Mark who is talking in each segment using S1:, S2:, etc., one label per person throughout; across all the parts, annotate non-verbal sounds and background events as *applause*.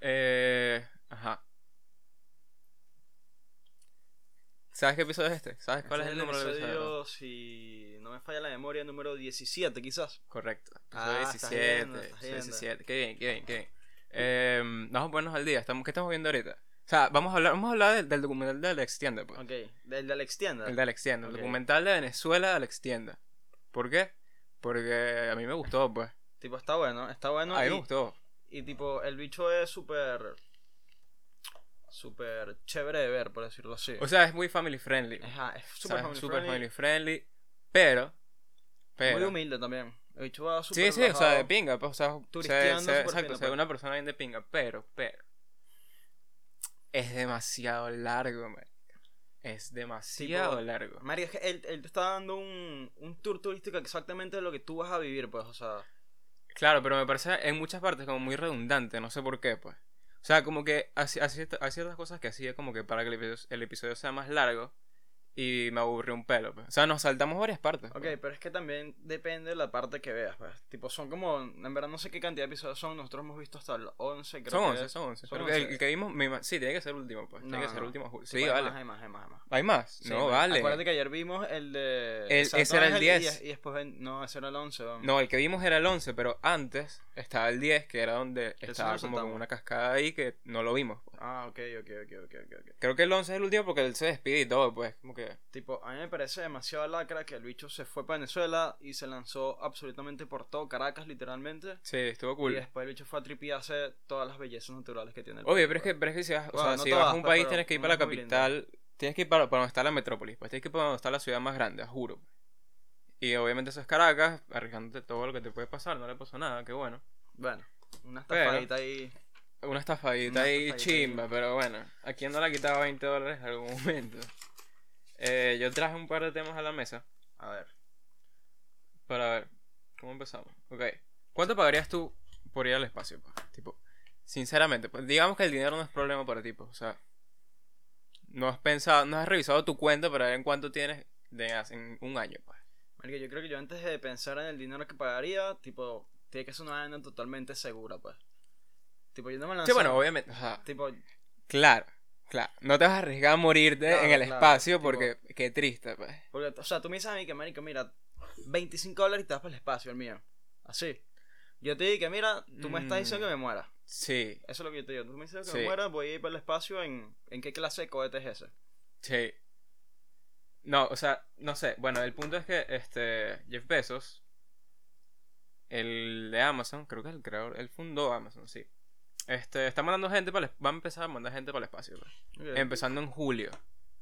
S1: Eh, ¿Sabes qué episodio es este? ¿Sabes cuál es el, número del
S2: episodio?
S1: episodio?
S2: Si no me falla la memoria, número 17 quizás.
S1: Correcto.
S2: Ah,
S1: Episodio
S2: estás
S1: 17.
S2: viendo, estás
S1: episodio
S2: viendo.
S1: 17. Qué bien, qué bien, qué bien. Eh, vamos a ponernos al día. Estamos, ¿Qué estamos viendo ahorita? O sea, vamos a hablar, vamos a hablar del, del documental de Alex Tienda. Pues.
S2: Ok, del de Alex Tienda.
S1: El de Alex Tienda.
S2: Ok.
S1: El documental de Venezuela de Alex Tienda. ¿Por qué? Porque a mí me gustó, pues.
S2: Tipo, está bueno, está bueno.
S1: a mí
S2: y,
S1: me gustó.
S2: y, tipo, el bicho es súper. súper chévere de ver, por decirlo así.
S1: O sea, es muy family friendly.
S2: Ajá, es
S1: Súper family,
S2: súper family
S1: family
S2: friendly,
S1: friendly. Pero. Pero.
S2: Muy humilde también. El bicho va súper.
S1: Sí, sí, o sea, de
S2: relajado.
S1: pinga, pues, o sea, se-
S2: Turisteando
S1: se-
S2: súper
S1: exacto,
S2: fino,
S1: o sea,
S2: pues.
S1: una persona bien de pinga, pero, pero, es demasiado largo, man. Es demasiado largo.
S2: María, es que él, él te está dando un, un tour turístico exactamente de lo que tú vas a vivir, pues, o sea.
S1: Claro, pero me parece en muchas partes como muy redundante, no sé por qué, pues. O sea, como que haci- haci- hay ciertas cosas que hacía como que para que el episodio, el episodio sea más largo y me aburrió un pelo, pues. O sea, nos saltamos varias partes.
S2: Ok,
S1: pues.
S2: pero es que también depende de la parte que veas, pues. Tipo, son como. En verdad, no sé qué cantidad de episodios son. Nosotros hemos visto hasta el 11, creo
S1: Son
S2: que
S1: 11,
S2: es.
S1: son 11.
S2: son
S1: Creo que el-
S2: 11.
S1: el que vimos, me ima- sí, tiene que ser el último, pues. tiene
S2: No,
S1: que ser el
S2: no.
S1: último. ju-
S2: Tipo,
S1: Sí,
S2: hay
S1: vale.
S2: más, hay más, hay más, hay más.
S1: ¿Hay más?
S2: Sí,
S1: no,
S2: pero
S1: vale.
S2: Acuérdate que ayer vimos el de.
S1: El-
S2: San
S1: ese era el
S2: Ángel
S1: 10.
S2: Y, y después. ven- No, ese era el 11, vamos.
S1: No, el que vimos era el 11, pero antes estaba el 10, que era donde
S2: no
S1: estaba
S2: lo
S1: como con
S2: saltamos.
S1: una cascada ahí que no lo vimos. pues.
S2: Ah, ok, ok, ok, ok, ok. ok.
S1: Creo que el 11 es el último porque él se despide y todo, pues, como que...
S2: Tipo, a mí me parece demasiado lacra que el bicho se fue para Venezuela y se lanzó absolutamente por todo Caracas, literalmente.
S1: Sí, estuvo
S2: Y
S1: cool.
S2: después el bicho fue a tripiarse todas las bellezas naturales que tiene el
S1: Obvio,
S2: país,
S1: pero es
S2: pues.
S1: que, pero es que si vas, o
S2: Bueno,
S1: sea,
S2: no
S1: si
S2: todas,
S1: vas a un
S2: pues,
S1: país
S2: pero
S1: tienes que ir
S2: una
S1: para la
S2: es muy linda.
S1: capital, tienes que ir para, para donde está la metrópolis, pues tienes que ir para donde está la ciudad más grande, juro. Y obviamente eso es Caracas, arriesgándote todo lo que te puede pasar, no le pasó nada, qué bueno.
S2: Bueno, una
S1: Pero-
S2: estafadita ahí.
S1: Una estafadita
S2: Una
S1: ahí
S2: estafadita ahí.
S1: chimba, pero bueno. ¿A quién no le ha quitado 20 dólares en algún momento? Eh, yo traje un par de temas a la mesa.
S2: A ver.
S1: Para ver, ¿cómo empezamos? Ok. ¿Cuánto pagarías tú por ir al espacio? pa? Tipo, sinceramente, pues, digamos que el dinero no es problema para ti, pues, o sea, no has pensado, no has revisado tu cuenta para ver en cuánto tienes de hace en un año, pues.
S2: Marico, yo creo que yo antes de pensar en el dinero que pagaría, tipo, tiene que ser una vaina totalmente segura, pues. Tipo, yo no me
S1: Sí,
S2: lanzo.
S1: bueno, obviamente, o sea,
S2: Tipo,
S1: claro, claro, no te vas a arriesgar a morirte
S2: Claro,
S1: en el
S2: claro,
S1: espacio
S2: tipo-
S1: porque qué triste, pues.
S2: porque, o sea, tú me dices a mí que, marico, mira, 25 dólares y te vas para el espacio, el mío. Así. Yo te digo que, mira, tú me estás diciendo
S1: Mm.
S2: que me muera.
S1: Sí,
S2: Eso es lo que yo te digo. Tú me dices que
S1: Sí.
S2: me muera, voy a ir para el espacio en, en qué clase de cohete es ese.
S1: sí. No, o sea, no sé, bueno, el punto es que este Jeff Bezos, el de Amazon, creo que es el creador, él fundó Amazon, sí. Este, está mandando gente para el, va a empezar a mandar gente para el espacio. pues.
S2: Ok.
S1: Empezando en julio.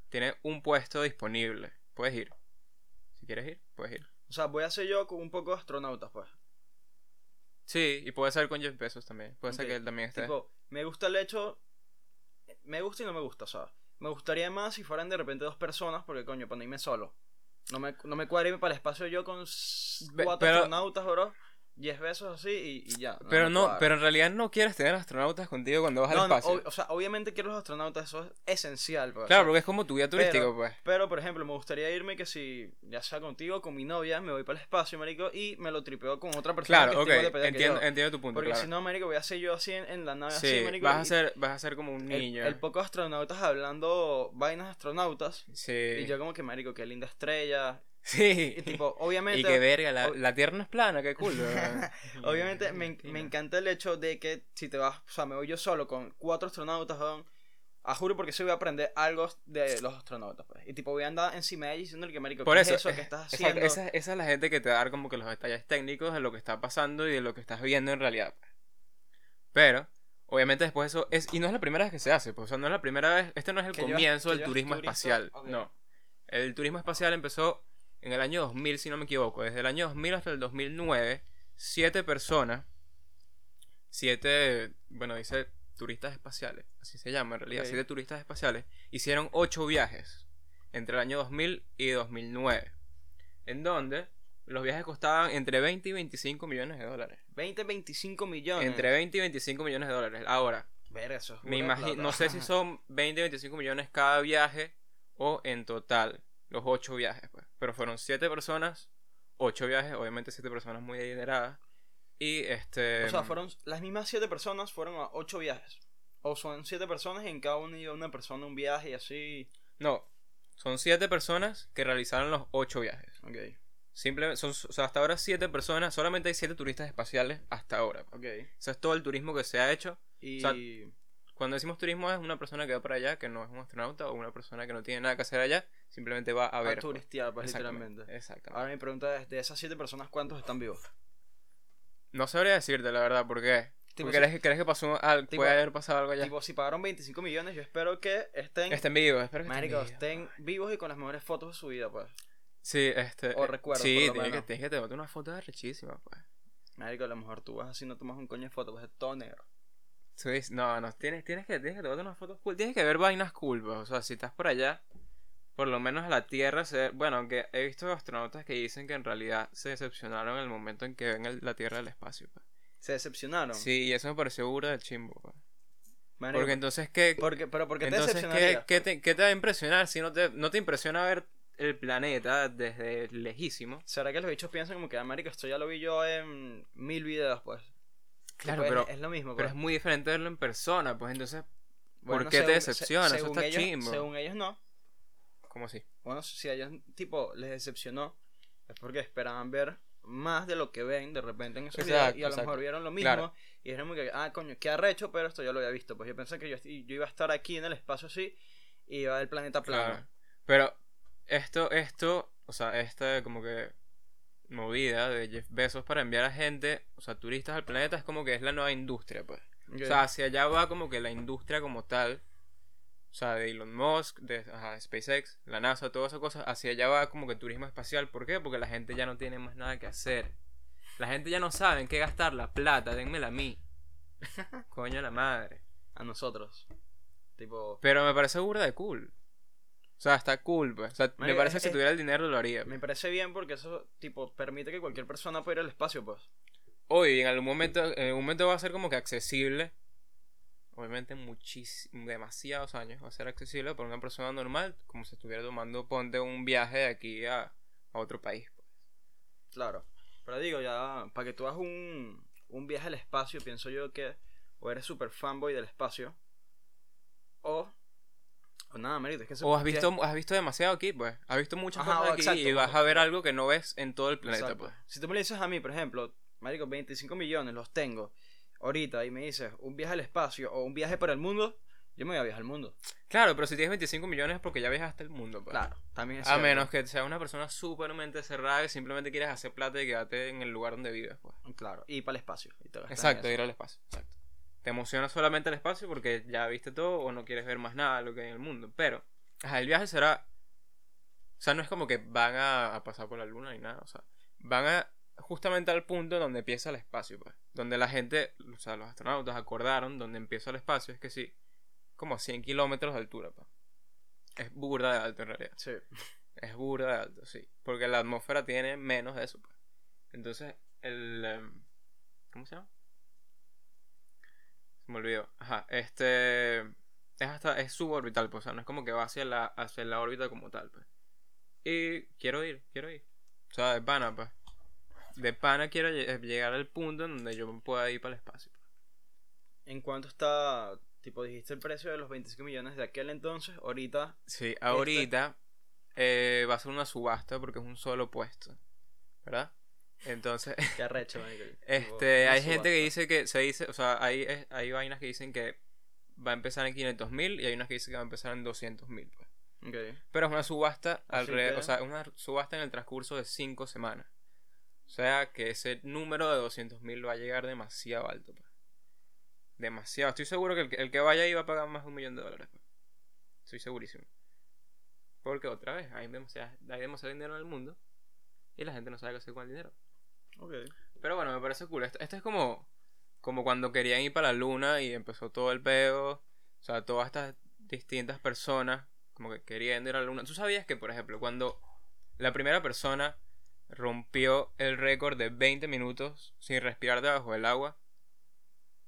S1: Tiene un puesto disponible. Puedes ir. Si quieres ir, puedes ir.
S2: O sea, voy a ser yo con un poco de astronautas, pues.
S1: Sí, y puede ser con Jeff Bezos también. Puede ser
S2: Ok.
S1: que él también esté.
S2: Tipo, me gusta el hecho. Me gusta y no me gusta, ¿sabes? Me gustaría más si fueran de repente dos personas, porque coño, para no irme solo. No me, no me cuadra irme para el espacio yo con s-
S1: Ve-
S2: cuatro
S1: pero-
S2: astronautas, bro. Diez besos así y, y ya.
S1: pero
S2: me
S1: no,
S2: cuadra.
S1: pero en realidad no quieres tener astronautas contigo cuando vas
S2: No,
S1: al
S2: no,
S1: espacio.
S2: ob- o sea, obviamente quiero los astronautas, eso es esencial.
S1: claro,
S2: pues, o sea,
S1: porque es como tu guía turístico, pues.
S2: Pero, por ejemplo, me gustaría irme que si ya sea contigo, con mi novia, me voy para el espacio, marico, y me lo tripeo con otra persona.
S1: Claro,
S2: que
S1: ok.
S2: esté igual de pedida que
S1: Entiendo,
S2: yo.
S1: entiendo tu punto.
S2: Porque
S1: claro.
S2: si no, marico, voy a ser yo así en, en la nave
S1: sí,
S2: así, marico.
S1: vas a
S2: y-
S1: ser, vas a ser como un
S2: el,
S1: niño.
S2: el poco astronautas hablando vainas astronautas.
S1: sí.
S2: Y yo como que, marico, qué linda estrella.
S1: *laughs* sí. *laughs*
S2: Y tipo,
S1: Y
S2: obviamente...
S1: que verga, la,
S2: ob-
S1: la tierra no es plana, qué
S2: *laughs*
S1: culo.
S2: Obviamente me, en- me encanta el hecho de que si te vas, o sea, me voy yo solo con cuatro astronautas, weón, a juro porque sí voy a aprender algo de los astronautas, pues. Y tipo voy a andar encima de ellos diciéndole que, marico,
S1: Por
S2: ¿qué
S1: eso,
S2: es eso que
S1: eh,
S2: estás
S1: Exacto,
S2: haciendo?
S1: esa, esa es la gente que te da como que los detalles técnicos de lo que está pasando y de lo que estás viendo en realidad. Pero, obviamente después eso es... Y no es la primera vez que se hace, pues, o sea, no es la primera vez... Este no es el
S2: Que llevas-
S1: comienzo
S2: que
S1: del
S2: llevas
S1: turismo
S2: turista-
S1: espacial,
S2: ok.
S1: no. El turismo espacial empezó en el año 2000, si no me equivoco. Desde el año 2000 hasta el 2009, siete personas, siete, bueno, dice turistas espaciales, así se llama en realidad,
S2: Ok.
S1: siete turistas espaciales, hicieron ocho viajes entre el año 2000 y 2009, en donde los viajes costaban entre 20 y 25 millones de dólares.
S2: 20, 25 millones.
S1: Entre 20 y 25 millones de dólares. Ahora,
S2: Verga, eso es
S1: me
S2: burda de
S1: imagino,
S2: plata.
S1: no sé si son 20 25 millones cada viaje o en total los ocho viajes, pues. Pero fueron siete personas, ocho viajes, obviamente siete personas muy adineradas. Y este.
S2: O sea, fueron las mismas siete personas fueron a ocho viajes. O son siete personas y en cada uno iba una persona a un viaje y así.
S1: No, Son siete personas que realizaron los ocho viajes.
S2: Ok,
S1: Simplemente, son, o sea, hasta ahora siete personas, solamente hay siete turistas espaciales hasta ahora. pues.
S2: ok.
S1: Eso es todo el turismo que se ha hecho.
S2: Y.
S1: sea, Cuando decimos turismo es una persona que va para allá, que no es un astronauta, o una persona que no tiene nada que hacer allá, simplemente va a
S2: a
S1: ver. pues.
S2: turistear, pues,
S1: Exactamente,
S2: literalmente.
S1: exactamente.
S2: Ahora mi pregunta es: de esas siete personas, ¿cuántos están vivos?
S1: No sabría decirte la verdad, ¿por qué?
S2: Tipo,
S1: Porque ¿crees, que- crees que pasó al,
S2: tipo-
S1: puede haber pasado algo allá?
S2: Tipo, si pagaron 25 millones, yo espero que estén.
S1: Estén vivos, espero que Este estén
S2: Marico,
S1: vivos.
S2: estén vivos y con las mejores fotos de su vida, pues.
S1: Sí, este.
S2: O
S1: eh,
S2: recuerdos, por
S1: Sí,
S2: lo
S1: tienes que,
S2: menos.
S1: tienes que tomarte unas fotos rechísimas, pues.
S2: Marico, a lo mejor tú vas así, no tomas un coño de fotos, pues es todo negro.
S1: Tú dices, no, no, tienes, tienes, que, tienes que tomarte unas fotos cool. Tienes que ver vainas cool, pues. O sea, si estás por allá, por lo menos la Tierra se. Bueno, aunque he visto astronautas que dicen que en realidad se decepcionaron en el momento en que ven el- la Tierra del espacio, pues.
S2: Se decepcionaron.
S1: Sí, y eso me pareció burda del chimbo, pues.
S2: Marico, pues,
S1: Porque entonces, ¿qué,
S2: porque, pero ¿por qué te
S1: Entonces, ¿qué,
S2: decepcionaría?
S1: qué te, qué te va a impresionar si no te, no te impresiona ver el planeta desde lejísimo?
S2: ¿Será que los bichos piensan como que, ah, marico, esto ya lo vi yo en mil videos, pues?
S1: Claro,
S2: Tipo, es-
S1: pero,
S2: Es lo mismo,
S1: pero
S2: pues.
S1: es muy diferente verlo en persona, pues entonces,
S2: Bueno,
S1: ¿por qué te
S2: según- se-
S1: decepciona? Eso
S2: según
S1: está
S2: ellos-
S1: chimbo.
S2: Según ellos no.
S1: ¿cómo así?
S2: Bueno, si a ellos, tipo, les decepcionó, es porque esperaban ver más de lo que ven de repente en esos videos
S1: Exacto,
S2: y a lo
S1: exacto.
S2: mejor vieron lo mismo
S1: Claro.
S2: y dijeron muy que, ah, coño, qué arrecho, pero esto ya lo había visto. Pues yo pensé que yo, esti- yo iba a estar aquí en el espacio así y iba a ver el planeta plano.
S1: Claro. Pero esto, esto, o sea, esta como que movida de Jeff Bezos para enviar a gente, o sea, turistas al planeta es como que es la nueva industria, pues.
S2: Ok.
S1: O sea, hacia allá va como que la industria como tal. O sea, de Elon Musk, de ajá, SpaceX, la NASA, todas esas cosas. Hacia allá va como que turismo espacial. ¿Por qué? Porque la gente ya no tiene más nada que hacer. La gente ya no sabe en qué gastar la plata. Dénmela a
S2: *laughs*
S1: mí. Coño la madre.
S2: a nosotros. Tipo,
S1: Pero me parece burda de cool. O sea, está cool, pues. O sea, me
S2: Marico,
S1: parece
S2: es-
S1: que si
S2: es-
S1: tuviera el dinero lo haría. pues.
S2: me parece bien porque eso, tipo, permite que cualquier persona pueda ir al espacio, pues.
S1: Hoy, en algún momento, en algún momento va a ser como que accesible. Obviamente, muchísimos, demasiados años va a ser accesible para una persona normal, como si estuviera tomando, ponte un viaje de aquí a, a otro país.
S2: Claro. Pero digo, ya, para que tú hagas un, un viaje al espacio, pienso yo que o eres super fanboy del espacio, o. O nada, marico, es que se-
S1: O has visto, has visto demasiado aquí, pues. Has visto muchas
S2: Ajá,
S1: cosas
S2: o
S1: aquí
S2: exacto,
S1: y vas
S2: exacto.
S1: a ver algo que no ves en todo el
S2: Tienes-
S1: planeta,
S2: exacto.
S1: pues.
S2: Si tú me lo dices a mí, por ejemplo, marico, 25 millones los tengo ahorita, y me dices un viaje al espacio o un viaje para el mundo, yo me voy a viajar al mundo.
S1: Claro, pero si tienes 25 millones es porque ya viajaste el mundo, pues.
S2: Claro, también es
S1: A
S2: cierto.
S1: menos que seas una persona supermente cerrada y simplemente quieres hacer plata y quedarte en el lugar donde vives, pues.
S2: Claro, y para el espacio. y te gastas en
S1: Exacto,
S2: eso.
S1: ir al espacio. Exacto. Te emociona solamente el espacio porque ya viste todo o no quieres ver más nada de lo que hay en el mundo. Pero ajá, el viaje será. O sea, no es como que van a, a pasar por la luna ni nada. O sea, van a justamente al punto donde empieza el espacio. pues. Donde la gente, o sea, los astronautas acordaron donde empieza el espacio. Es que sí, como a 100 kilómetros de altura. pues. Es burda de alto en realidad.
S2: Sí.
S1: Es burda de alto, sí. Porque la atmósfera tiene menos de eso. pues. Entonces, el. em, ¿Cómo se llama? Se me olvidó. Ajá, este. Es hasta. Es suborbital, pues. O sea, no es como que va hacia la, hacia la órbita como tal, pues. Y quiero ir, quiero ir. O sea, de pana, pues. De pana quiero lle- eh, llegar al punto en donde yo pueda ir para el espacio. pues.
S2: ¿En cuánto está, tipo, dijiste el precio de los 25 millones de aquel entonces? Ahorita
S1: Sí, ahorita eh, va a ser una subasta porque es un solo puesto. ¿Verdad? Entonces.
S2: Qué arrecho, marico. Tipo,
S1: Este,
S2: una
S1: hay gente que
S2: subasta.
S1: dice que se dice, o sea, hay, es- hay vainas que dicen que va a empezar en 500 mil y hay unas que dicen que va a empezar en 200 mil. pues.
S2: Ok.
S1: Pero es una subasta
S2: Así
S1: alrededor,
S2: que-
S1: o sea, una subasta en el transcurso de 5 semanas. O sea, que ese número de 200 mil va a llegar demasiado alto. pues. Demasiado. Estoy seguro que el, que el que vaya ahí va a pagar más de un millón de dólares. pues. Estoy segurísimo. Porque otra vez, hay demasiado, hay demasiado dinero en el mundo y la gente no sabe qué hacer con el dinero.
S2: Ok.
S1: Pero bueno, me parece cool. Esto, esto es como, como cuando querían ir para la luna y empezó todo el peo. O sea, todas estas distintas personas como que querían ir a la luna. ¿Tú sabías que, por ejemplo, cuando la primera persona rompió el récord de 20 minutos sin respirar debajo del agua,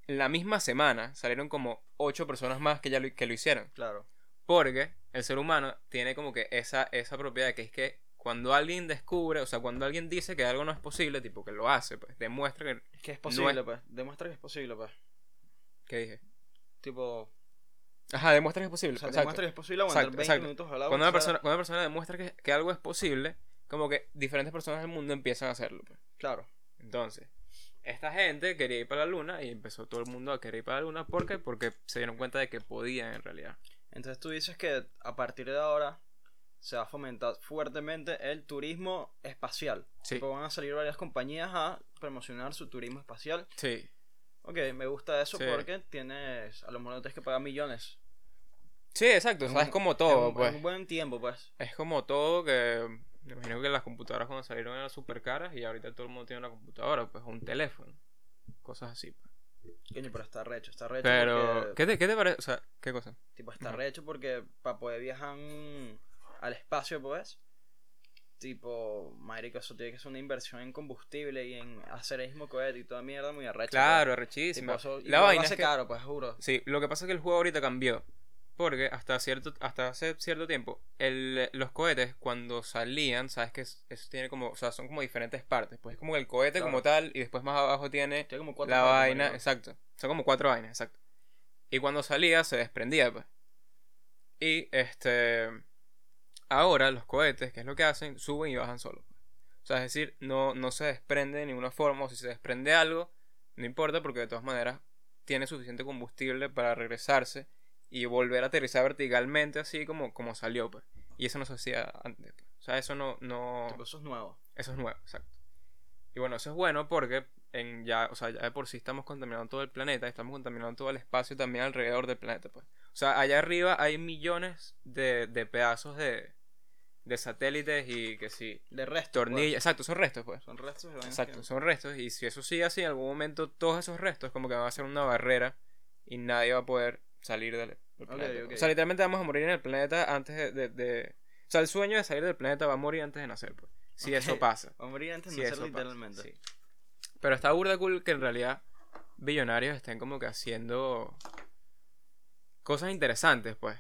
S1: la misma semana salieron como 8 personas más que ya lo, que lo hicieron?
S2: Claro.
S1: Porque el ser humano tiene como que esa, esa propiedad que es que cuando alguien descubre, o sea, cuando alguien dice que algo no es posible, tipo que lo hace, pues demuestra que...
S2: Es que es
S1: No
S2: posible, pues. Demuestra que es posible, pues.
S1: ¿Qué dije?
S2: Tipo,
S1: Ajá, demuestra que es posible.
S2: O sea,
S1: exacto.
S2: demuestra que es posible aguantar
S1: Exacto,
S2: 20
S1: exacto.
S2: minutos al lado.
S1: cuando, una
S2: porque, o sea,
S1: persona, cuando una persona demuestra que, que algo es posible, como que diferentes personas del mundo empiezan a hacerlo. pues.
S2: Claro.
S1: Entonces, esta gente quería ir para la luna y empezó todo el mundo a querer ir para la luna. ¿Por qué? Porque se dieron cuenta de que podían en realidad.
S2: Entonces tú dices que a partir de ahora se va a fomentar fuertemente el turismo espacial.
S1: Sí.
S2: Tipo, van a salir varias compañías a promocionar su turismo espacial.
S1: Sí.
S2: Ok, me gusta eso
S1: Sí.
S2: porque tienes, a lo mejor no tienes que pagar millones.
S1: Sí, exacto. O sea,
S2: Es
S1: es como
S2: en,
S1: todo,
S2: un-
S1: pues.
S2: en un buen tiempo, pues.
S1: Es como todo que. Me imagino que las computadoras cuando salieron eran súper caras y ahorita todo el mundo tiene una computadora, pues un teléfono. Cosas así. pues.
S2: Coño, pero está recho, está recho.
S1: Pero.
S2: porque-
S1: ¿Qué te, qué te parece? O sea, ¿qué cosa?
S2: Tipo, está
S1: Ujú.
S2: recho porque para poder viajar mm, al espacio, pues. Tipo, marico, eso tiene que ser una inversión en combustible y en hacer el mismo cohete y toda mierda muy arrecha.
S1: Claro,
S2: pues. Tipo,
S1: rechísima.
S2: eso
S1: La
S2: igual
S1: vaina
S2: lo hace
S1: es que-
S2: caro, pues, juro.
S1: Sí, lo que pasa es que el juego ahorita cambió. Porque hasta cierto hasta hace cierto tiempo, el- los cohetes cuando salían, sabes que es- eso tiene como, o sea, son como diferentes partes. Pues es como el cohete
S2: Claro.
S1: como tal y después más abajo tiene
S2: Tiene como cuatro
S1: la
S2: partes,
S1: vaina,
S2: marico.
S1: exacto. Son como cuatro vainas, exacto. Y cuando salía se desprendía, pues. Y este ahora los cohetes, que es lo que hacen, suben y bajan solo. O sea, es decir, no, no se desprende de ninguna forma, o si se desprende algo, no importa porque de todas maneras tiene suficiente combustible para regresarse y volver a aterrizar verticalmente así como, como salió, pues. Y eso no se hacía antes. pues. O sea, eso no, no...
S2: Tipo, eso es nuevo.
S1: Eso es nuevo, exacto. Y bueno, eso es bueno porque en ya, o sea, ya de por sí estamos contaminando todo el planeta, estamos contaminando todo el espacio también alrededor del planeta, pues. O sea, allá arriba hay millones de, de pedazos de, de satélites y que sí.
S2: De restos.
S1: Tornillas, exacto, son restos, pues.
S2: pues. Son restos de vainas
S1: Exacto,
S2: que-
S1: son restos. Y si eso sigue así, en algún momento todos esos restos como que van a ser una barrera y nadie va a poder salir del, del planeta. pues.
S2: ok.
S1: O sea, literalmente vamos a morir en el planeta antes de, de- de- O sea, el sueño de salir del planeta va a morir antes de nacer, pues. Si
S2: Ok.
S1: eso pasa.
S2: O morir antes de
S1: Sí,
S2: nacer,
S1: eso pasa,
S2: literalmente.
S1: sí. Pero está burda cool que en realidad billonarios estén como que haciendo cosas interesantes, pues.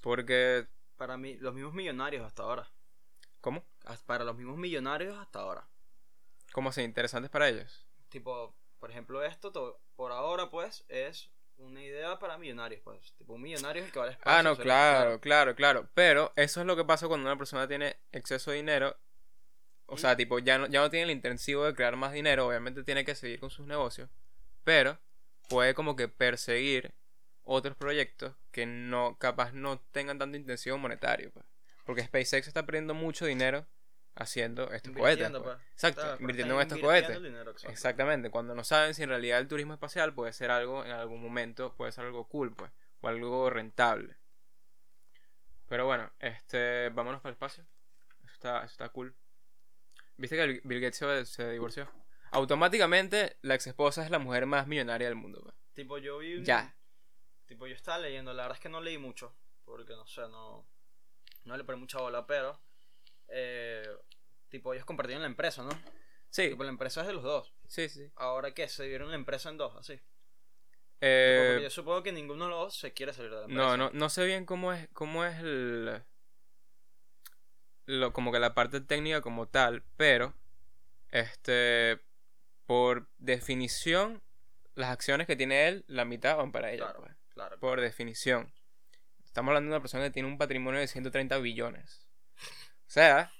S1: Porque.
S2: Para mí, los mismos millonarios hasta ahora.
S1: ¿Cómo?
S2: As- Para los mismos millonarios hasta ahora.
S1: ¿Cómo así? Interesantes para ellos.
S2: Tipo, por ejemplo, esto to- por ahora, pues, es una idea para millonarios, pues. Tipo, un millonario es el que va *laughs* al espacio.
S1: Ah, no,
S2: o sea,
S1: claro, claro, claro. Pero eso es lo que pasa cuando una persona tiene exceso de dinero. O
S2: Y-
S1: sea, tipo, ya no, ya no tiene el intensivo de crear más dinero. Obviamente tiene que seguir con sus negocios. Pero puede como que perseguir otros proyectos que no, capaz no tengan tanto intensivo monetario. pues. Porque SpaceX está perdiendo mucho dinero haciendo estos cohetes.
S2: Invirtiendo,
S1: pues.
S2: pues.
S1: Exacto,
S2: Claro, pero
S1: invirtiendo en
S2: están
S1: estos
S2: invirtiendo
S1: cohetes.
S2: el dinero, exacto.
S1: Exactamente, cuando no saben si en realidad el turismo espacial puede ser algo en algún momento, puede ser algo cool, pues, o algo rentable. Pero bueno, este, vámonos para el espacio. Eso está, eso está cool. ¿Viste que el- Bill Gates se, se divorció? Automáticamente la ex esposa es la mujer más millonaria del mundo. pues.
S2: Tipo, yo vi. un-
S1: Ya.
S2: Tipo, yo estaba leyendo, la verdad es que no leí mucho. Porque, no sé, no. No le paré mucha bola, pero. eh, tipo, ellos compartieron la empresa, ¿no?
S1: Sí, pues,
S2: Tipo, la empresa es de los dos.
S1: sí, sí.
S2: Ahora que se dieron la empresa en dos, así. Tipo,
S1: Eh,
S2: porque yo supongo que ninguno de los dos se quiere salir de la empresa.
S1: No, no, no sé bien cómo es, cómo es el, lo, como que la parte técnica como tal, pero este, por definición, las acciones que tiene él, la mitad van para ella.
S2: Claro.
S1: pues,
S2: Claro.
S1: por definición. Estamos hablando de una persona que tiene un patrimonio de 130 billones. O sea,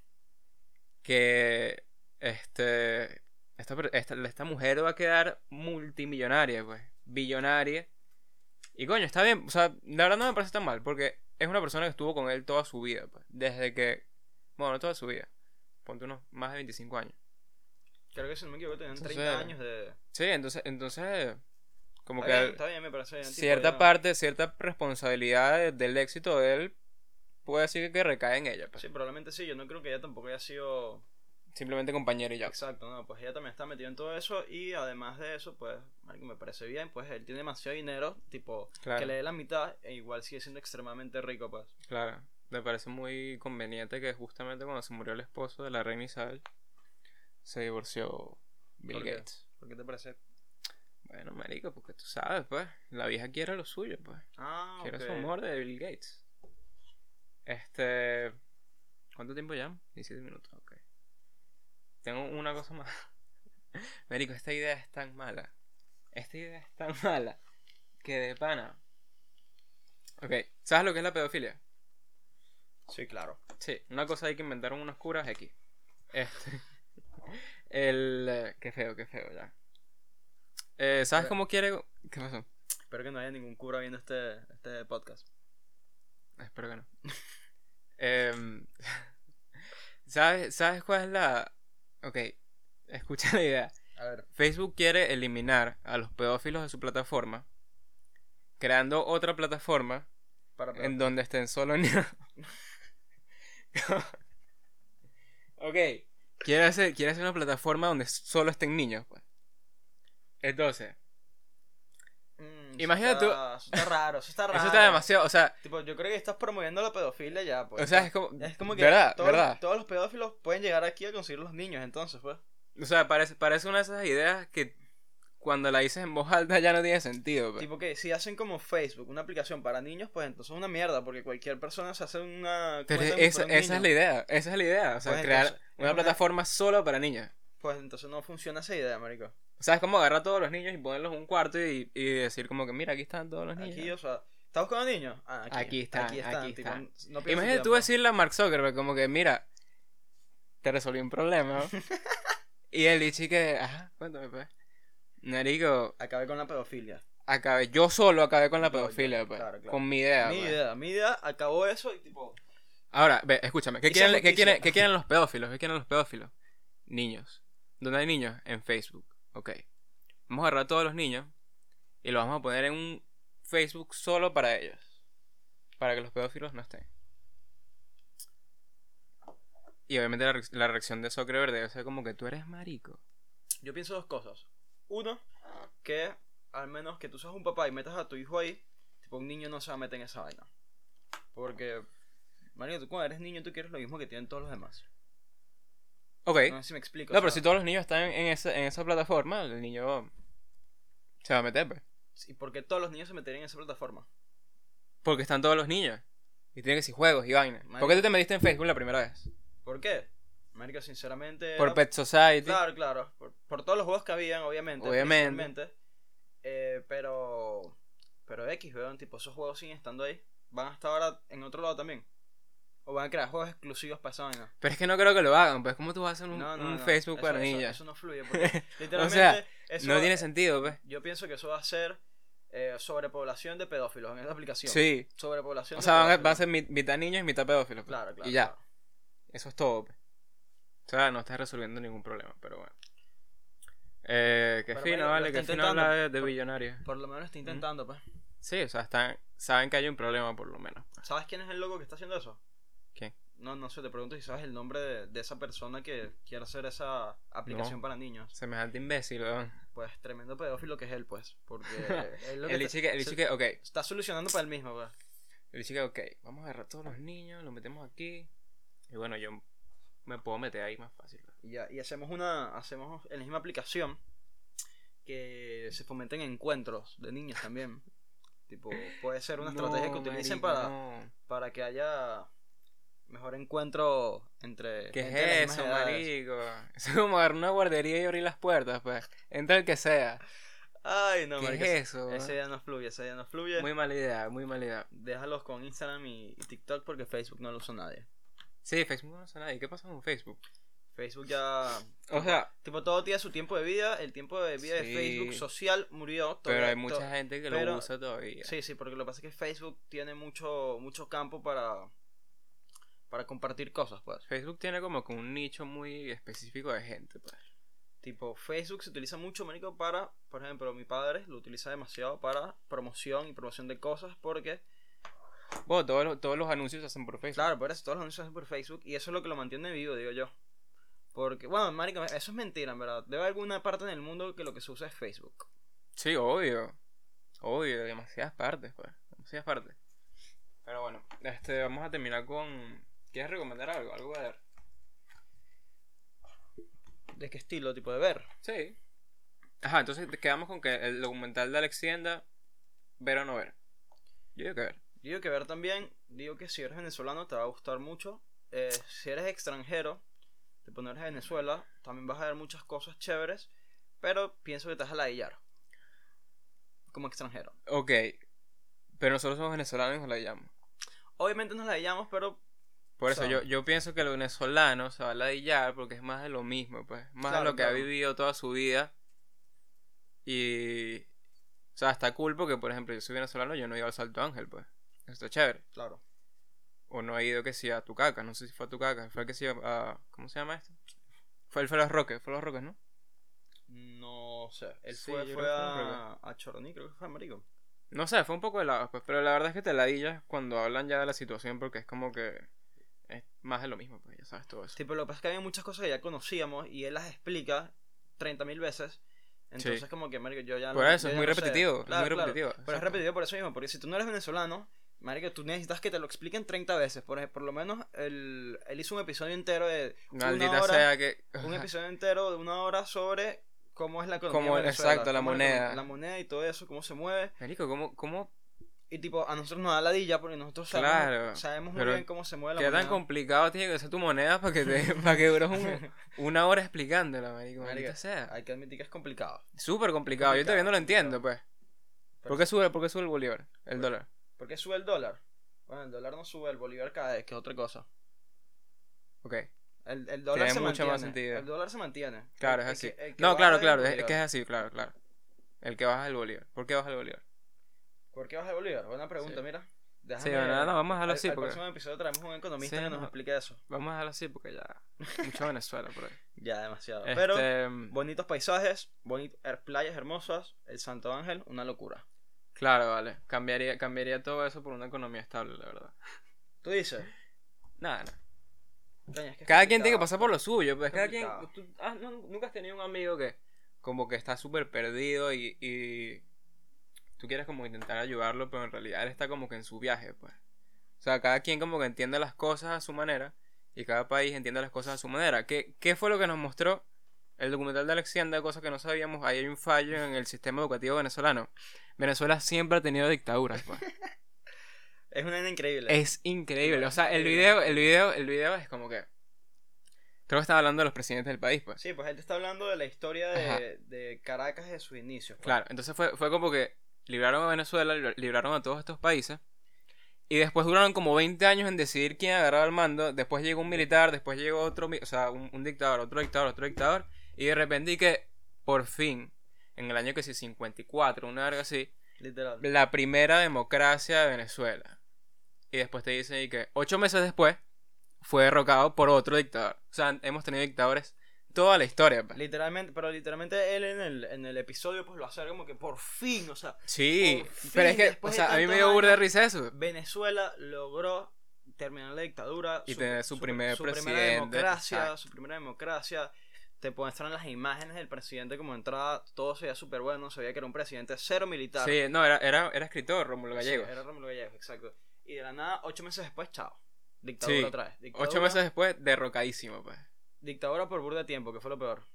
S1: que este, esta, per- esta, esta mujer va a quedar multimillonaria, pues. Billonaria. Y coño, está bien. O sea, la verdad no me parece tan mal. Porque es una persona que estuvo con él toda su vida, pues. Desde que. Bueno, no toda su vida. Ponte unos más de 25 años.
S2: Creo que si no me equivoco, tenían
S1: Entonces-
S2: 30 años de.
S1: Sí, entonces. entonces como
S2: Está
S1: que.
S2: bien, está bien, me parece bien. tipo,
S1: cierta
S2: ya-
S1: parte, cierta responsabilidad de- del éxito de él, puede decir que recae en ella. pues.
S2: Sí, probablemente sí. Yo no creo que ella tampoco haya sido.
S1: Simplemente compañero y ya.
S2: Exacto, no, pues ella también está metida en todo eso y además de eso, pues, marico, me parece bien, pues él tiene demasiado dinero, tipo,
S1: Claro.
S2: que le dé la mitad e igual sigue siendo extremadamente rico, pues.
S1: Claro. Me parece muy conveniente que justamente cuando se murió el esposo de la reina Isabel, se divorció Bill
S2: ¿Por qué?
S1: Gates.
S2: ¿Por qué te parece?
S1: Bueno, marico, porque tú sabes, pues. La vieja quiere lo suyo, pues.
S2: Ah,
S1: Quiere
S2: ok.
S1: su amor de Bill Gates. Este. ¿Cuánto tiempo ya? 17 minutos, ok. Tengo una cosa más. *laughs* Marico, esta idea es *laughs* tan mala. Esta idea es tan mala. Que de pana. Ok, ¿sabes lo que es la pedofilia?
S2: Sí, claro.
S1: Sí, una cosa ahí que inventaron unos curas aquí. Este. *laughs* El. eh, Qué feo, qué feo, ya. Eh, ¿Sabes
S2: Pero-
S1: cómo quiere.? ¿Qué pasó?
S2: Espero que no haya ningún cura viendo este, este podcast.
S1: Espero que no. Em, *laughs* ¿sabes, ¿Sabes cuál es la.? Ok, escucha *laughs* la idea.
S2: A ver.
S1: Facebook quiere eliminar a los pedófilos de su plataforma, creando otra plataforma
S2: Para
S1: en donde estén solo niños. *laughs* ok. Quiere hacer, quiere hacer una plataforma donde solo estén niños. pues. Entonces,
S2: Mm,
S1: Imagina tú-
S2: eso está, eso está raro, eso está raro.
S1: *laughs* eso está demasiado. O sea,
S2: Tipo, yo creo que estás promoviendo la pedofilia ya, pues.
S1: o sea es como.
S2: Es como que
S1: ¿Verdad?
S2: todos,
S1: ¿Verdad?
S2: todos los pedófilos pueden llegar aquí a conseguir los niños, entonces, pues.
S1: O sea, parece, parece una de esas ideas que cuando la dices en voz alta ya no tiene sentido. pues.
S2: Tipo que si hacen como Facebook, una aplicación para niños, pues entonces es una mierda, porque cualquier persona se hace una
S1: Pero
S2: cuenta
S1: esa,
S2: para un
S1: esa es la
S2: niño.
S1: idea. Esa es la idea. O sea,
S2: Pues
S1: crear
S2: entonces, es
S1: una
S2: una-
S1: plataforma solo para niños.
S2: Pues entonces no funciona esa idea, marico.
S1: O sea, es como agarrar a todos los niños y ponerlos en un cuarto y, y decir como que mira, aquí están todos los niños.
S2: Aquí, o sea, ¿estás buscando niños? Ah, aquí,
S1: Aquí están, aquí
S2: tipo,
S1: están.
S2: no pierdas
S1: Imagínate tú
S2: tu tiempo.
S1: decirle a Mark Zuckerberg como que, mira, te resolví un
S2: *laughs*
S1: problema. y él dice que, ajá, cuéntame pues. Narico,
S2: Acabé con la pedofilia.
S1: acabé, yo solo acabé con la
S2: Yo, yo,
S1: pedofilia, pues.
S2: claro, claro.
S1: Con mi idea,
S2: mi
S1: pues.
S2: idea, mi idea, acabó eso y tipo,
S1: Ahora, ve, escúchame, ¿qué
S2: Hice
S1: quieren, qué,
S2: justicia.
S1: quieren, ¿qué quieren los pedófilos? ¿Qué quieren los pedófilos? Niños. ¿Dónde hay niños? En Facebook. Ok. Vamos a agarrar a todos los niños y los vamos a poner en un Facebook solo para ellos. Para que los pedófilos no estén. Y obviamente la, re- la reacción de Zuckerberg debe ser como que tú eres marico.
S2: yo pienso dos cosas. Uno, que al menos que tú seas un papá y metas a tu hijo ahí, tipo, un niño no se va a meter en esa vaina. Porque, marico, tú cuando eres niño tú quieres lo mismo que tienen todos los demás.
S1: Ok.
S2: No sé si me explico.
S1: No,
S2: o
S1: pero si
S2: sea,
S1: todos los niños están en esa, en esa plataforma, el niño se va a meter, pues.
S2: sí, ¿Por qué todos los niños se meterían en esa plataforma?
S1: Porque están todos los niños. Y tienen que ser juegos y vainas. ¿Por qué
S2: Marico.
S1: tú te metiste en Facebook la primera vez?
S2: ¿Por qué? Marico, sinceramente.
S1: Por
S2: era-
S1: Pet Society.
S2: Eh, Claro, claro. Por, por todos los juegos que habían, obviamente.
S1: Obviamente.
S2: principalmente. Eh, pero. Pero X, weón, tipo, esos juegos siguen estando ahí. Van hasta ahora en otro lado también. O van a crear juegos exclusivos para esa vaina.
S1: Pero es que no creo que lo hagan. Pues, ¿cómo tú vas a hacer un,
S2: No, no,
S1: un
S2: no,
S1: Facebook
S2: eso-
S1: para
S2: eso-
S1: niñas?
S2: Eso,
S1: *laughs*
S2: no fluye. Porque, literalmente. eso
S1: no
S2: va-
S1: tiene sentido, pues.
S2: Yo pienso que eso va a ser eh, sobrepoblación de pedófilos en esa aplicación.
S1: Sí.
S2: Sobrepoblación
S1: O
S2: de
S1: sea, van a,
S2: pedófilos.
S1: van a ser mi- mitad niños y mitad pedófilos. pues.
S2: Claro, claro.
S1: Y ya.
S2: claro.
S1: Eso es todo, pues. O sea, no estás resolviendo ningún problema, pero bueno. Eh, qué
S2: Pero,
S1: fino,
S2: marico,
S1: vale,
S2: lo
S1: que
S2: está
S1: fino habla
S2: intentando.
S1: de, de billonarios.
S2: Por lo menos está intentando, pues.
S1: Sí, o sea, están, saben que hay un problema por lo menos.
S2: ¿Sabes quién es el loco que está haciendo eso?
S1: ¿Quién?
S2: No, no sé, te pregunto si sabes el nombre de, de esa persona que quiere hacer esa aplicación
S1: No.
S2: para niños.
S1: Semejante imbécil, weón.
S2: Pues tremendo pedófilo que es él, pues.
S1: *laughs*
S2: Porque él lo que
S1: El
S2: está,
S1: chique, el
S2: se-
S1: chique, ok.
S2: está solucionando para él mismo, pues.
S1: El chique, ok. Vamos a agarrar a todos los niños, los metemos aquí. Y bueno, yo me puedo meter ahí más fácil. pues.
S2: Y, ya- y hacemos una hacemos en la misma aplicación que se fomenten encuentros de niños también. tipo, puede ser una estrategia
S1: No,
S2: que
S1: marico,
S2: utilicen para,
S1: no.
S2: para que haya mejor encuentro entre.
S1: ¿Qué
S2: gente de
S1: es
S2: las
S1: eso,
S2: mismas edades.
S1: marico? *laughs* Eso es como agarrar una guardería y abrir las puertas, pues. Entra el que sea.
S2: Ay, no,
S1: ¿Qué
S2: marico,
S1: es eso?
S2: Ese
S1: weón?
S2: ya no fluye, ese ya no fluye.
S1: Muy mala idea, muy mala idea.
S2: Déjalos con Instagram y, y TikTok porque Facebook no lo usa nadie.
S1: Sí, Facebook no usa nadie. ¿Qué pasa con Facebook?
S2: Facebook ya.
S1: O sea,
S2: Tipo, todo tiene su tiempo de vida. El tiempo de vida
S1: Sí.
S2: de Facebook social murió.
S1: pero
S2: todavía-
S1: hay
S2: to-
S1: mucha gente que lo
S2: pero-
S1: usa todavía.
S2: Sí, sí, porque lo que pasa es que Facebook tiene mucho, mucho campo para. Para compartir cosas, pues.
S1: Facebook tiene como que un nicho muy específico de gente, pues.
S2: Tipo, Facebook se utiliza mucho, marico, para, por ejemplo, mi padre lo utiliza demasiado para promoción y promoción de cosas porque
S1: Bueno, todos los, todos los anuncios se hacen por Facebook.
S2: Claro, por eso todos los anuncios hacen por Facebook y eso es lo que lo mantiene vivo, digo yo. Porque, bueno, marico, eso es mentira, en verdad. Debe haber alguna parte en el mundo que lo que se usa es Facebook.
S1: Sí, obvio. Obvio, demasiadas partes, pues. Demasiadas partes. Pero bueno, este, vamos a terminar con. ¿Quieres recomendar algo? ¿Algo para ver?
S2: ¿De qué estilo? Tipo de ver.
S1: Sí. Ajá, entonces te quedamos con que el documental de Alex Tienda, ver o no ver. Yo digo que ver.
S2: Yo digo que ver también, digo que si eres venezolano te va a gustar mucho. Eh, si eres extranjero, te pones a Venezuela, también vas a ver muchas cosas chéveres, pero pienso que te vas a ladillar. Como extranjero.
S1: Ok. Pero nosotros somos venezolanos y nos la llamamos.
S2: Obviamente nos la llamamos, pero
S1: Por eso
S2: O sea-
S1: yo, yo pienso que el venezolano se va a ladillar porque es más de lo mismo, pues. Más de
S2: Claro,
S1: lo que ha
S2: claro.
S1: vivido toda su vida. Y. O sea, está cool porque, por ejemplo, yo soy venezolano, yo no he ido al Salto Ángel, pues. Eso está chévere.
S2: claro.
S1: O no he ido que sí a Tucaca, no sé si fue a Tucaca, fue que sí a. a- ¿Cómo se llama esto? Fue el fue a Los Roques, fue a Los Roques, ¿no?
S2: No sé. Él
S1: Sí,
S2: fue,
S1: yo creo que
S2: fue
S1: fue al
S2: a, a Choroní, creo que fue a Marico.
S1: No sé, fue un poco de lado, pues. Pero la verdad es que te ladillas cuando hablan ya de la situación porque es como que. Es más de lo mismo, pues, ya sabes todo eso.
S2: Tipo, lo que pasa es que había muchas cosas que ya conocíamos y él las explica 30.000 veces. Entonces,
S1: Sí.
S2: como que, Marico, yo ya
S1: Por
S2: no-
S1: eso,
S2: yo
S1: es
S2: ya
S1: muy
S2: no sé.
S1: repetitivo. es
S2: Claro,
S1: muy
S2: claro.
S1: repetitivo.
S2: Pero es
S1: exacto.
S2: repetitivo por eso mismo, porque si tú no eres venezolano, Marico, tú necesitas que te lo expliquen 30 veces. Por, ej- por lo menos, él, él hizo un episodio entero de. una
S1: Maldita
S2: hora,
S1: sea que.
S2: Un episodio entero de una hora sobre cómo es la economía.
S1: Cómo-
S2: de Venezuela,
S1: exacto, la
S2: cómo es econom-
S1: moneda.
S2: La moneda y todo eso, cómo se mueve.
S1: Marico, ¿cómo, cómo
S2: Y tipo, a nosotros nos da ladilla porque nosotros sabemos,
S1: Claro,
S2: sabemos muy
S1: pero
S2: bien cómo se mueve la
S1: qué tan
S2: moneda.
S1: complicado tiene que ser tu moneda para que, te, *laughs* para que dures
S2: *laughs*
S1: un- una hora explicándola, marico?
S2: Marica,
S1: Maldita sea.
S2: Hay que admitir que es complicado.
S1: Súper complicado. Yo todavía no lo
S2: complicado,
S1: entiendo, pues.
S2: Pero-
S1: ¿Por qué sube, por qué sube el bolívar? El
S2: Por-
S1: dólar.
S2: ¿Por qué sube el dólar? Bueno, el dólar no sube, el bolívar cae, que es otra cosa.
S1: Ok.
S2: El, el dólar
S1: Tiene
S2: se
S1: mucho
S2: mantiene.
S1: más sentido.
S2: El dólar se mantiene.
S1: Claro,
S2: El-
S1: es
S2: el
S1: así.
S2: que- el que
S1: No,
S2: baja
S1: claro,
S2: el
S1: claro. Es, es
S2: bolívar.
S1: que es así, claro, claro. El que baja es el bolívar. ¿Por qué baja el bolívar?
S2: ¿Por qué baja el bolívar? Buena pregunta,
S1: Sí.
S2: mira.
S1: Sí, bueno, nada, vamos a
S2: al,
S1: dejarlo así
S2: al
S1: porque.
S2: próximo episodio traemos un economista
S1: Sí,
S2: que nos
S1: no.
S2: explique eso.
S1: Vamos a dejarlo así porque ya. Mucho Venezuela por ahí.
S2: Ya, demasiado. Pero,
S1: Este,
S2: bonitos paisajes, bonitas playas hermosas, el Santo Ángel, una locura.
S1: Claro, vale. Cambiaría, cambiaría todo eso por una economía estable, la verdad.
S2: Tú dices.
S1: Nada, nada.
S2: coño, es que es
S1: Cada quien tiene que
S2: complicado.
S1: pasar por lo suyo, pues cada quien...
S2: complicado.
S1: tú- ah, no, nunca has tenido un amigo que como que está súper perdido y, y tú quieres como intentar ayudarlo, pero en realidad él está como que en su viaje, pues. O sea, cada quien como que entiende las cosas a su manera y cada país entiende las cosas a su manera. ¿Qué, qué fue lo que nos mostró el documental de Alexander? Cosas que no sabíamos, ahí hay un fallo en el sistema educativo venezolano. Venezuela siempre ha tenido dictaduras, pues.
S2: Es una nena increíble.
S1: Es increíble. O sea, el
S2: Increíble.
S1: video, el video, el video es como que. Creo que estaba hablando de los presidentes del país, pues.
S2: Sí, pues él te está hablando de la historia
S1: Ajá.
S2: de, de Caracas de sus inicios. pues.
S1: Claro. Entonces fue, fue como que libraron a Venezuela, libra- libraron a todos estos países. Y después duraron como 20 años en decidir quién agarraba el mando. Después llegó un militar, después llegó otro, mi- o sea, un, un dictador, otro dictador, otro dictador. Y de repente y que, por fin, en el año que sí, 54, una verga así,
S2: Literal.
S1: la primera democracia de Venezuela. Y después te dicen y que ocho meses después fue derrocado por otro dictador. O sea, hemos tenido dictadores toda la historia. pues.
S2: Literalmente, pero literalmente él en el, en el episodio pues lo hace como que por fin, o sea,
S1: Sí,
S2: Por fin,
S1: pero es que, o
S2: después de
S1: sea, a mí me
S2: tantos
S1: dio burda de
S2: años.
S1: risa eso.
S2: Venezuela logró terminar la dictadura
S1: Y tener su primer
S2: primera
S1: presidente,
S2: democracia,
S1: exacto.
S2: su primera democracia. Te muestran las imágenes del presidente como entraba, todo se veía súper bueno, se veía que era un presidente cero militar.
S1: Sí, no, era, era, era escritor, Rómulo
S2: Sí,
S1: Gallego.
S2: era Rómulo Gallegos, exacto. Y de la nada, ocho meses después, chao. Dictadura
S1: Sí,
S2: otra vez.
S1: Ocho
S2: Dictadura-
S1: meses después, derrocadísimo, pues.
S2: Dictadura por burda de tiempo, que fue lo peor.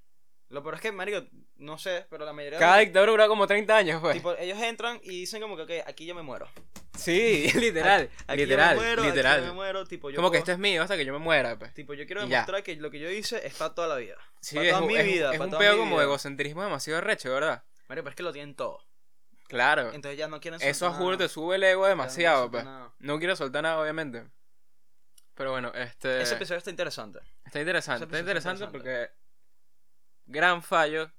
S2: Lo peor es que, marico, no sé, pero la mayoría de
S1: Cada
S2: los-
S1: dictador duró como 30 años, pues.
S2: tipo, ellos entran y dicen como que, ok, aquí yo me muero.
S1: Sí, *laughs* literal,
S2: Aquí
S1: literal,
S2: yo me muero, aquí
S1: literal.
S2: yo me muero, tipo, yo
S1: como que
S2: puedo-
S1: esto es mío hasta que yo me muera, pues.
S2: Tipo, yo quiero
S1: Y ya.
S2: demostrar que lo que yo hice está toda la vida.
S1: Sí,
S2: pa'
S1: es,
S2: toda
S1: un-
S2: mi
S1: es un-
S2: vida,
S1: es
S2: pa'
S1: un
S2: toda
S1: pedo
S2: mi
S1: como
S2: vida.
S1: egocentrismo demasiado recho, ¿verdad?
S2: Mario, pero es que lo tienen todo.
S1: Claro.
S2: Entonces ya no quieren
S1: Eso a
S2: soltar
S1: juro
S2: nada.
S1: te sube el ego
S2: Ya no
S1: demasiado,
S2: quieren
S1: pues.
S2: soltar nada.
S1: No quiero soltar nada, obviamente. Pero bueno, este.
S2: Ese episodio está interesante. *laughs*
S1: Está interesante,
S2: ese
S1: está
S2: episodio está
S1: interesante porque. Gran fallo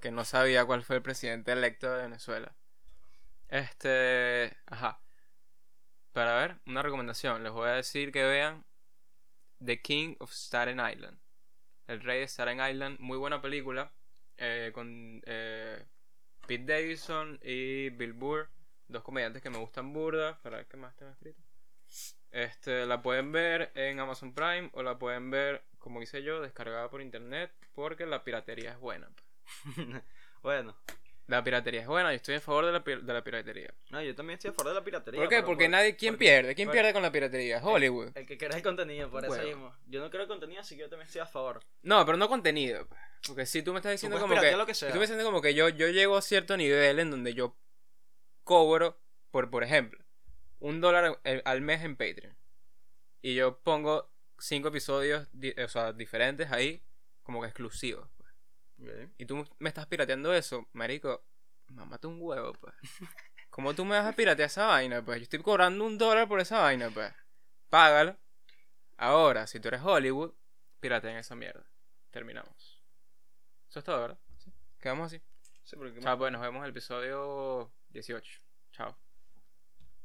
S1: que no sabía cuál fue el presidente electo de Venezuela. Este. Ajá. Para ver, una recomendación. Les voy a decir que vean The King of Staten Island. El Rey de Staten Island. Muy buena película. eh, con eh, Pete Davidson y Bill Burr. Dos comediantes que me gustan burda. Para ver qué más tengo escrito. Este, la pueden ver en Amazon Prime o la pueden ver, como hice yo, descargada por internet. Porque la piratería es buena.
S2: bueno,
S1: La piratería es buena. Yo estoy a favor de la, pir- de la piratería.
S2: no, yo también estoy a favor de la piratería.
S1: ¿Por qué?
S2: pero
S1: Porque Eh,
S2: por-
S1: nadie. ¿Quién
S2: porque-
S1: pierde? ¿Quién
S2: por-
S1: pierde con la piratería? Hollywood.
S2: El que crea el contenido, por eso
S1: Huevo.
S2: mismo. Yo no creo contenido, así que yo también estoy a favor.
S1: No, pero no contenido. pues. Porque si tú me estás diciendo
S2: puedes
S1: como que.
S2: piratear lo que sea.
S1: Tú me estás diciendo como que yo, yo llego a cierto nivel en donde yo cobro, por, por ejemplo, un dólar al- eh, al mes en Patreon. Y yo pongo cinco episodios di- o sea, diferentes ahí, como que exclusivos. pues.
S2: Ok.
S1: Y tú me estás pirateando eso, marico. Mámate un huevo, pues. ¿Cómo tú me vas a piratear esa vaina? Pues yo estoy cobrando un dólar por esa vaina, pues. Págalo. Ahora, si tú eres Hollywood, piratean esa mierda. Terminamos. Eso es todo, ¿verdad? Sí. Quedamos así.
S2: Sí, porque-
S1: Chao, pues nos vemos en el episodio 18. Chao.